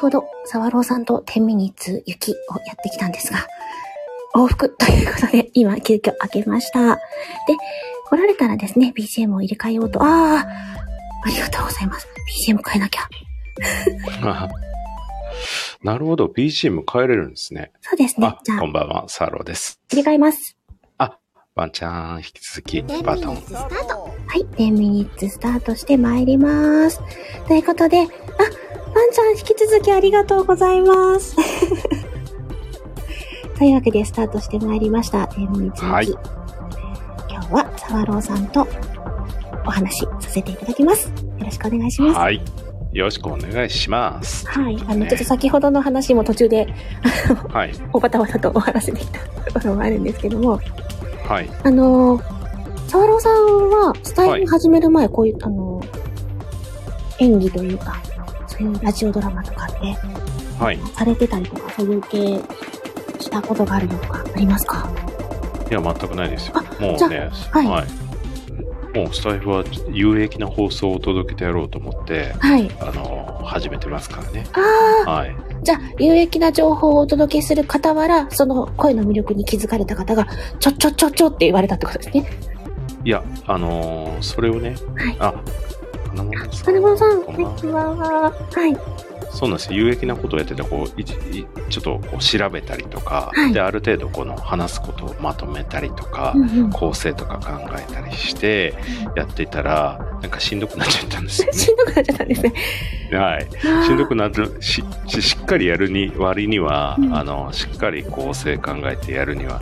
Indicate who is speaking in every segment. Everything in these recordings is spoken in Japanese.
Speaker 1: ほど、沢朗さんと10ミニッツ雪をやってきたんですが、往復ということで、 今、急遽開けました。で、来られたらですね、BGM を入れ替えようと、ああ、ありがとうございます。BGM 変えなきゃ。
Speaker 2: なるほど。BGM 変えれるんですね。
Speaker 1: そうですね
Speaker 2: あ。、
Speaker 1: じゃあ
Speaker 2: こ、んばんは。サーローです。
Speaker 1: 入れ替えます。
Speaker 2: ワンちゃん、引き続き、
Speaker 3: 天
Speaker 2: バ
Speaker 3: 秤の
Speaker 2: トン
Speaker 3: ス。タート
Speaker 1: はい、10ミニッツスタートして参ります。ということで、あ、ワンちゃん引き続きありがとうございます。 というわけでスタートして参りました。10ミニッツの
Speaker 2: はい
Speaker 1: 日今日は、沢朗さんとお話しさせていただきます。よろしくお願いします。
Speaker 2: はい。よろしくお願いします。
Speaker 1: はい、あの、ちょっと先ほどの話も途中で、
Speaker 2: はい。
Speaker 1: おばたばたとお話しできたところもあるんですけども、
Speaker 2: はい。
Speaker 1: あのー、沢朗さんは、スタイル始める前、こういう、あのー、演技というか、そういうラジオドラマとかって、
Speaker 2: はい。
Speaker 1: されてたりとか、そういう系したことがあるのか、ありますか
Speaker 2: いや、全くないですよ
Speaker 1: あ。
Speaker 2: も
Speaker 1: じ
Speaker 2: う
Speaker 1: ゃ
Speaker 2: ね、
Speaker 1: あはい
Speaker 2: もうスタイフは有益な放送を届けてやろうと思って、
Speaker 1: はい。
Speaker 2: あの、始めてますからね。
Speaker 1: ああ、
Speaker 2: はい。
Speaker 1: じゃあ、有益な情報をお届けする傍ら、その声の魅力に気づかれた方が、ちょちょちょちょって言われたってことですね。
Speaker 2: いや、あのーそれをね、
Speaker 1: はい
Speaker 2: あ、金物さん。
Speaker 1: 金物さん、こ
Speaker 2: こん
Speaker 1: ん
Speaker 2: ばんは
Speaker 1: にちは。はい。
Speaker 2: そうなんですよ有益なことをやっててこういちいちょっとこう調べたりとか、
Speaker 1: はい
Speaker 2: である程度この話すことをまとめたりとか、
Speaker 1: うんうん。
Speaker 2: 構成とか考えたりしてやっていたらなんかしんどくなっちゃったんですよ
Speaker 1: しんどくなっちゃったんですね。
Speaker 2: ね。はい、しんどくなるしししっかりやるに割には、
Speaker 1: うん
Speaker 2: あのしっかり構成考えてやるには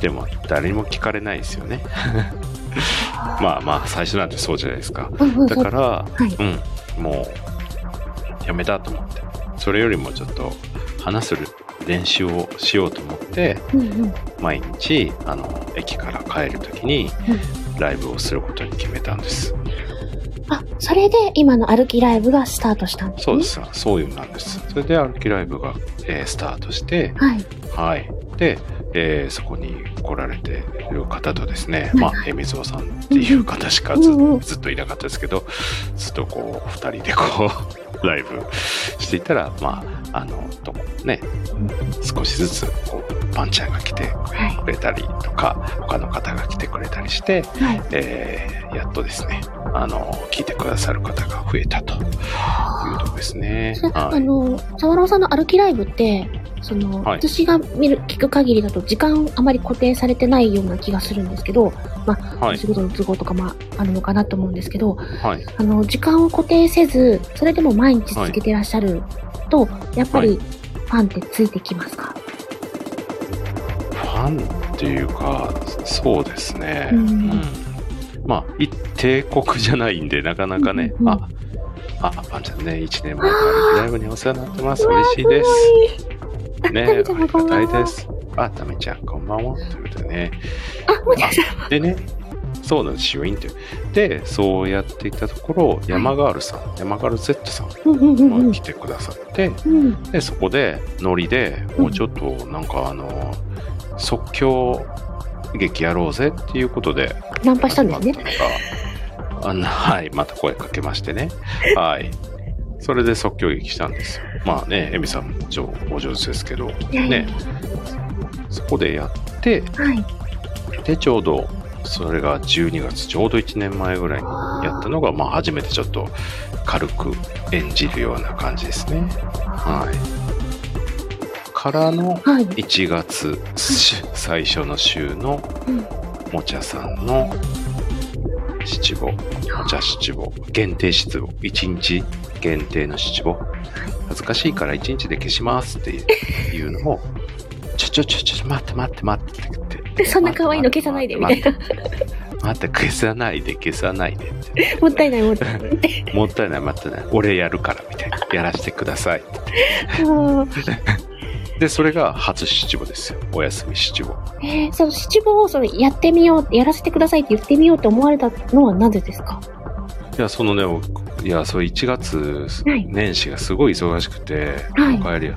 Speaker 2: でも誰にも聞かれないですよ ね。まあまあ最初なんてそうじゃないですか。
Speaker 1: あー、うんうん、
Speaker 2: だ
Speaker 1: そう
Speaker 2: か。ら、
Speaker 1: はい。
Speaker 2: うん、もうやめたと思ってそれよりもちょっと話す練習をしようと思って
Speaker 1: うんうん。
Speaker 2: 毎日あの駅から帰る時にライブをすることに決めたんです、
Speaker 1: あ、それで今の歩きライブがスタートしたんですね。
Speaker 2: そうで。すそういうのなんですそれで歩きライブが、えースタートして
Speaker 1: はい。
Speaker 2: はいで、えーそこに来られている方とですね、まあ、えみぞうさんっていう方しかず,、
Speaker 1: うんうん
Speaker 2: ずっといなかったですけど、ずっとこう、二人でこう、 ライブしていたら、まあ、あの、ともね、少しずつ、こう、パンちゃんが来て
Speaker 1: は
Speaker 2: くれたりとか、他の方が来てくれたりして、
Speaker 1: い。はい。
Speaker 2: えーやっとですね、あの、聞いてくださる方が増えたというとこですね
Speaker 1: そ。れあ
Speaker 2: はい。
Speaker 1: の、沢朗さんの歩きライブって、その、
Speaker 2: はい
Speaker 1: 私が見る、聞く限りだと時間あまり固定されてないような気がするんですけど、
Speaker 2: は
Speaker 1: お
Speaker 2: い。
Speaker 1: 仕事の都合とかもあるのかなと思うんですけど、
Speaker 2: はい。
Speaker 1: あの、時間を固定せず、それでも毎日続けてらっしゃると、やっぱり、ファンってついてきますか、
Speaker 2: ファンっていうか、そうですね。
Speaker 1: う
Speaker 2: うんん。まあ、一帝国じゃないんで、なかなかね、
Speaker 1: うんうん
Speaker 2: あ、あ、パンちゃんね、1年前からライブにお世話になってます。嬉しいで す。ね、あ
Speaker 1: タ
Speaker 2: り
Speaker 1: ミちゃんも
Speaker 2: が
Speaker 1: こんばんは
Speaker 2: たいです。あ、タミちゃん、こんばんは。ということでね。
Speaker 1: あ、もうち
Speaker 2: でね、そうなんです、シュインって。で、そうやっていたところ、山ガールさん、山ガール Z さん
Speaker 1: うんうんうんう
Speaker 2: が
Speaker 1: ん
Speaker 2: 来てくださって、
Speaker 1: うん。
Speaker 2: でそこでノリでもうちょっとなんかあの即興劇やろうぜっていうことで
Speaker 1: ナンパしたんですね。
Speaker 2: 始まったのがあ のはいまた声かけましてねはいそれで即興劇したんですよまあねエミさんも上お上手ですけど
Speaker 1: いやいや
Speaker 2: ねそこでやって
Speaker 1: はい。
Speaker 2: でちょうどそれが12月ちょうど1年前ぐらいにやったのがまあ初めてちょっと軽く演じるような感じですねはいからの
Speaker 1: はい。
Speaker 2: 1月最初の週の
Speaker 1: うん
Speaker 2: もちゃさんの七五もちゃ七五限定七五一日限定の七五恥ずかしいから一日で消しますっていうのをちょちょちょちょ待って待って待ってって言って
Speaker 1: そんな可愛いの消さないでみたいな
Speaker 2: 待って待って消さないで消さないでって
Speaker 1: もったいない、もったいない。
Speaker 2: もったいない待ってない俺やるからみたいなやらせてください
Speaker 1: うん
Speaker 2: でそれが初七五ですよお休み七五
Speaker 1: えー、その七五をそのやってみよう、やらせてくださいって言ってみようって思われたのはなぜですか
Speaker 2: いや、そのね、おいや、そう、1月
Speaker 1: はい、
Speaker 2: 年始がすごい忙しくて、
Speaker 1: はい
Speaker 2: お帰り、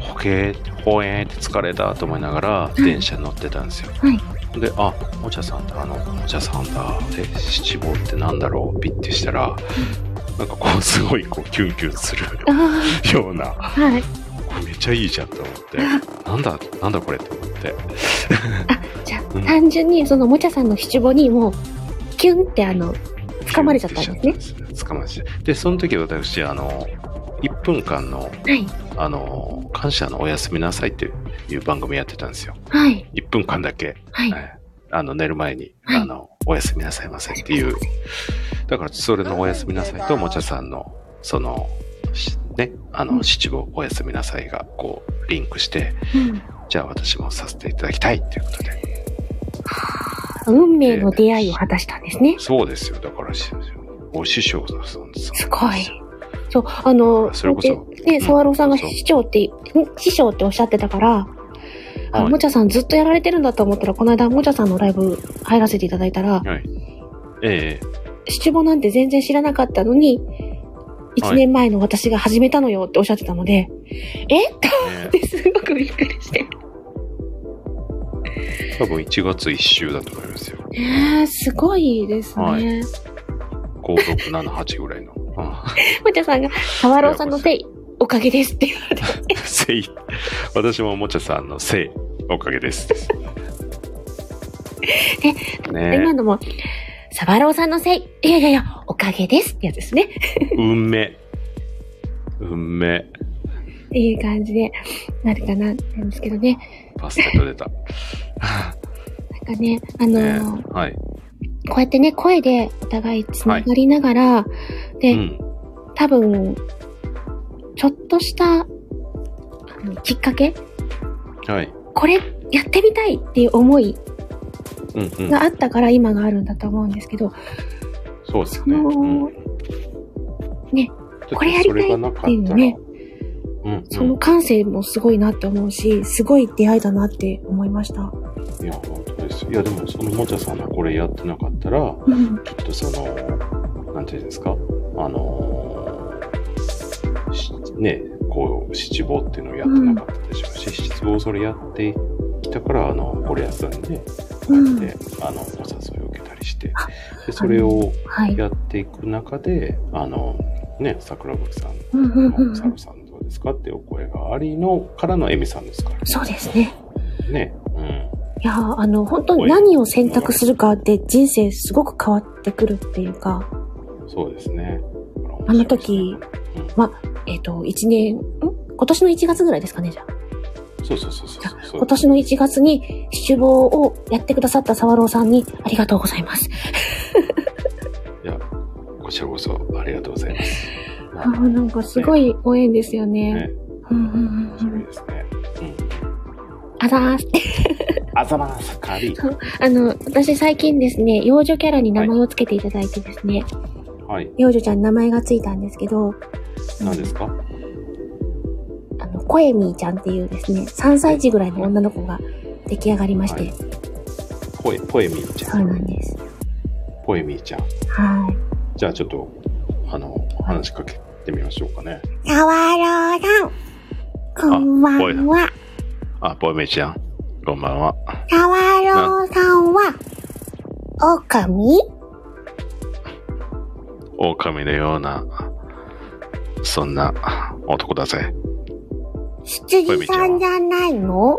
Speaker 2: ほけー、ほえーって疲れたと思いながら、
Speaker 1: い
Speaker 2: 電車乗ってたんですよ。
Speaker 1: はい
Speaker 2: で、あ、もちゃさんだ、あの、もちゃさんだ、え、七五ってなんだろう、ピッてしたら、なんかこうすごいこうキュンキュンする
Speaker 1: あ
Speaker 2: よう
Speaker 1: あ、
Speaker 2: な
Speaker 1: はい。
Speaker 2: これめっちゃいいじゃんと思ってなんだなんだこれって思って
Speaker 1: じゃあ、
Speaker 2: うん
Speaker 1: 単純にそのもちゃさんの七五にもう、キュンってあの、掴まれちゃったんですね。
Speaker 2: すね掴まれちゃってでその時私あの1分間の
Speaker 1: はい。
Speaker 2: あの「感謝のおやすみなさい」っていう番組やってたんですよ
Speaker 1: はい。
Speaker 2: 1分間だけ、
Speaker 1: はい。
Speaker 2: はいあの寝る前に、
Speaker 1: はい
Speaker 2: あの「おやすみなさいませ」っていうだからそれの「おやすみなさい」ともちゃさんのそのしねあ
Speaker 1: うん
Speaker 2: の七五「おやすみなさい」がこうリンクしてじゃあ私もさせていただきたいっていうことで
Speaker 1: うん、運命の出会いを果たしたんですね。
Speaker 2: そうですよ。だから、しお師匠さんですよ。
Speaker 1: すごい。そう、あの、
Speaker 2: それこそ
Speaker 1: でね、
Speaker 2: うん
Speaker 1: スワローさんが
Speaker 2: そう
Speaker 1: 師匠って、ん師匠っておっしゃってたから、あ
Speaker 2: はい
Speaker 1: もちゃさんずっとやられてるんだと思ったら、この間、もちゃさんのライブ入らせていただいたら、
Speaker 2: はい。ええ
Speaker 1: 七五なんて全然知らなかったのに、一年前の私が始めたのよっておっしゃってたの で、えっと
Speaker 2: え
Speaker 1: 思ってすごくびっくりして。
Speaker 2: え多分1月1週だと思いますよ。
Speaker 1: えー、すごいです
Speaker 2: は
Speaker 1: ね。
Speaker 2: 5、6、7、8ぐら いの。うん
Speaker 1: もちゃさんが、サワローさんのせい、おかげですって言われて。
Speaker 2: せい。私ももちゃさんのせい。おかげ です。ね
Speaker 1: 今のも、サワローさんのせい、いやいやいや、おかげですってやつですね。
Speaker 2: え。運命。運命。
Speaker 1: っていう感じで、なるかな、なんですけどね。
Speaker 2: パステと 出た。
Speaker 1: なんかね、あの
Speaker 2: ね
Speaker 1: ー
Speaker 2: はい。
Speaker 1: こうやってね、声でお互いつながりながら、
Speaker 2: う
Speaker 1: で、
Speaker 2: ん。
Speaker 1: 多分、ちょっとした、あの、きっかけ
Speaker 2: はい。
Speaker 1: これ、やってみたいっていう思い
Speaker 2: うんうん。
Speaker 1: があったから今があるんだと思うんですけど、
Speaker 2: そうですよね。
Speaker 1: その
Speaker 2: うん
Speaker 1: ね。これやりたいっていうね
Speaker 2: うんうん。
Speaker 1: その感性もすごいなって思うし、すごい出会いだなって思いました。
Speaker 2: いや、本当ですよ。いや、でも、そのもちゃさんがこれやってなかったら、
Speaker 1: うん。
Speaker 2: きっとその、なんていうんですか、あのーしね、こう、七五っていうのをやってなかったでしょうし、七五をそれやってきたから、あの、ゴリアスさんにね、
Speaker 1: うん
Speaker 2: で、あの、お誘いを受けたりして、で、それを
Speaker 1: はい。
Speaker 2: やっていく中で、あの、ね、桜吹さん、
Speaker 1: うんうんうん
Speaker 2: サルさんどうですかってお声がありのからのエミさんですから
Speaker 1: そうですね。
Speaker 2: ね。うん。
Speaker 1: いやー、あの、本当に何を選択するかって人生すごく変わってくるっていうか、
Speaker 2: そうですね。
Speaker 1: あの時
Speaker 2: うん
Speaker 1: えっ、と、一年、ん今年の1月ぐらいですかね、じゃあ。
Speaker 2: そうそうそうそうそうそう。
Speaker 1: 今年の1月に、七望をやってくださった沢朗さんに、ありがとうございます。
Speaker 2: いや、こちらこそありがとうございます。
Speaker 1: あーなんかすごいご縁ですよね。
Speaker 2: ね、
Speaker 1: うんうんう
Speaker 2: そ
Speaker 1: んう
Speaker 2: れ
Speaker 1: ん。
Speaker 2: ですね。うん。
Speaker 1: あざーす。
Speaker 2: あざまさかり。
Speaker 1: あの、私最近ですね、幼女キャラに名前をつけていただいてですね、
Speaker 2: はい。
Speaker 1: 幼女ちゃんに名前がついたんですけど、
Speaker 2: 何ですか
Speaker 1: あの、コエミーちゃんっていうですね、3歳児ぐらいの女の子が出来上がりまして、
Speaker 2: はいポエ、ポエミーちゃ。
Speaker 1: そうんなんです。
Speaker 2: ポエミーちゃん。
Speaker 1: はい。
Speaker 2: じゃあちょっと、あの、お話しかけてみましょうかね。
Speaker 1: サワローさん、こんばんは。
Speaker 2: あ、ポエミーちゃん。こんばんは。
Speaker 1: サワローさんは、狼
Speaker 2: 狼のような、そんな男だぜ。
Speaker 1: 羊さんじゃないの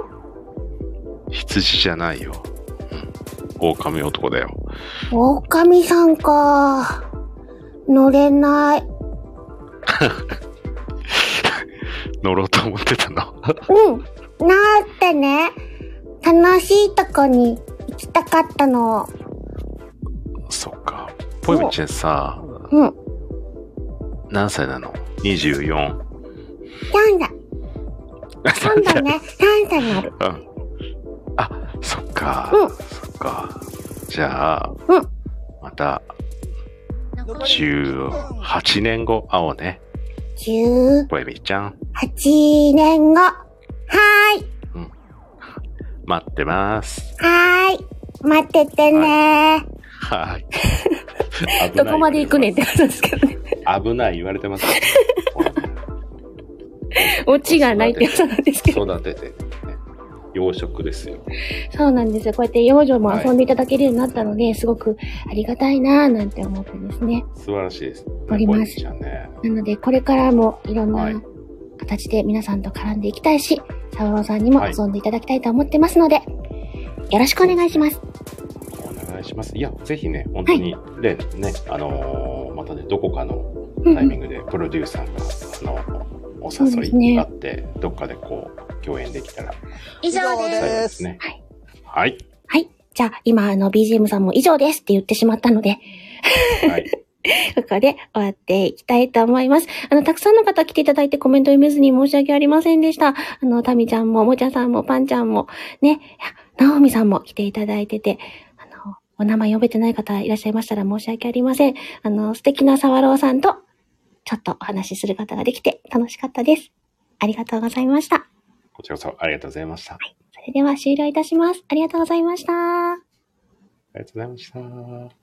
Speaker 2: 羊じゃないよ。うん。狼男だよ。
Speaker 1: 狼さんか。乗れない。
Speaker 2: 乗ろうと思ってたの。
Speaker 1: うん。なーってね、楽しいとこに行きたかったの。
Speaker 2: そっか。ポエミーちゃんさ、
Speaker 1: うん。
Speaker 2: 何歳なの ?24。
Speaker 1: 3歳。今度ね、3歳になる。
Speaker 2: うんあ、そっか。
Speaker 1: うん
Speaker 2: そっか。じゃあ、
Speaker 1: うん
Speaker 2: また
Speaker 3: 中
Speaker 2: 18年後会おうね。
Speaker 1: 18
Speaker 2: ぽえみちゃん、
Speaker 1: 年後。はーい。
Speaker 2: 待ってます。
Speaker 1: はーい。待っててね
Speaker 2: はい。
Speaker 1: ー。どこまで行くねんって話ですけどね。
Speaker 2: 危ない言われてます。ほら
Speaker 1: オチがないって話なんですけど。
Speaker 2: 育てて、ね。養殖ですよ。
Speaker 1: そうなんですよ。こうやって養女も遊んでいただけるようになったので、すごくありがたいなぁなんて思ってですね。
Speaker 2: 素晴らしいです。
Speaker 1: あります
Speaker 2: ポニーちゃんね。
Speaker 1: なので、これからもいろん
Speaker 2: は
Speaker 1: ない形で皆さんと絡んでいきたいし、沢尾さんにも
Speaker 2: はい
Speaker 1: 遊んでいただきたいと思ってますので、よろしくお願いします。
Speaker 2: お願いします。いや、ぜひね、本当に、例のね、あのーまたね、どこかの
Speaker 1: うん
Speaker 2: タイミングでプロデューサーからのお
Speaker 1: そう
Speaker 2: 誘
Speaker 1: ですね
Speaker 2: いがあって、どっかでこう、共演できたら
Speaker 3: 以上
Speaker 2: 最後
Speaker 3: で
Speaker 2: ですす。ね。はい。
Speaker 1: はい。じゃあ、今、あの、BGM さんも以上ですって言ってしまったので、
Speaker 2: はい。
Speaker 1: ここで終わっていきたいと思います。あの、たくさんの方来ていただいてコメント読めずに申し訳ありませんでした。あの、タミちゃんも、もちゃさんも、パンちゃんも、ね、あナオミさんも来ていただいてて、あの、お名前呼べてない方いらっしゃいましたら申し訳ありません。あの、素敵なサワローさんと、ちょっとお話しすることができて楽しかったです。ありがとうございました。
Speaker 2: こちらこそありがとうございました。あ
Speaker 1: それでは終了いたします。ありがとうございました。
Speaker 2: りがとうございました。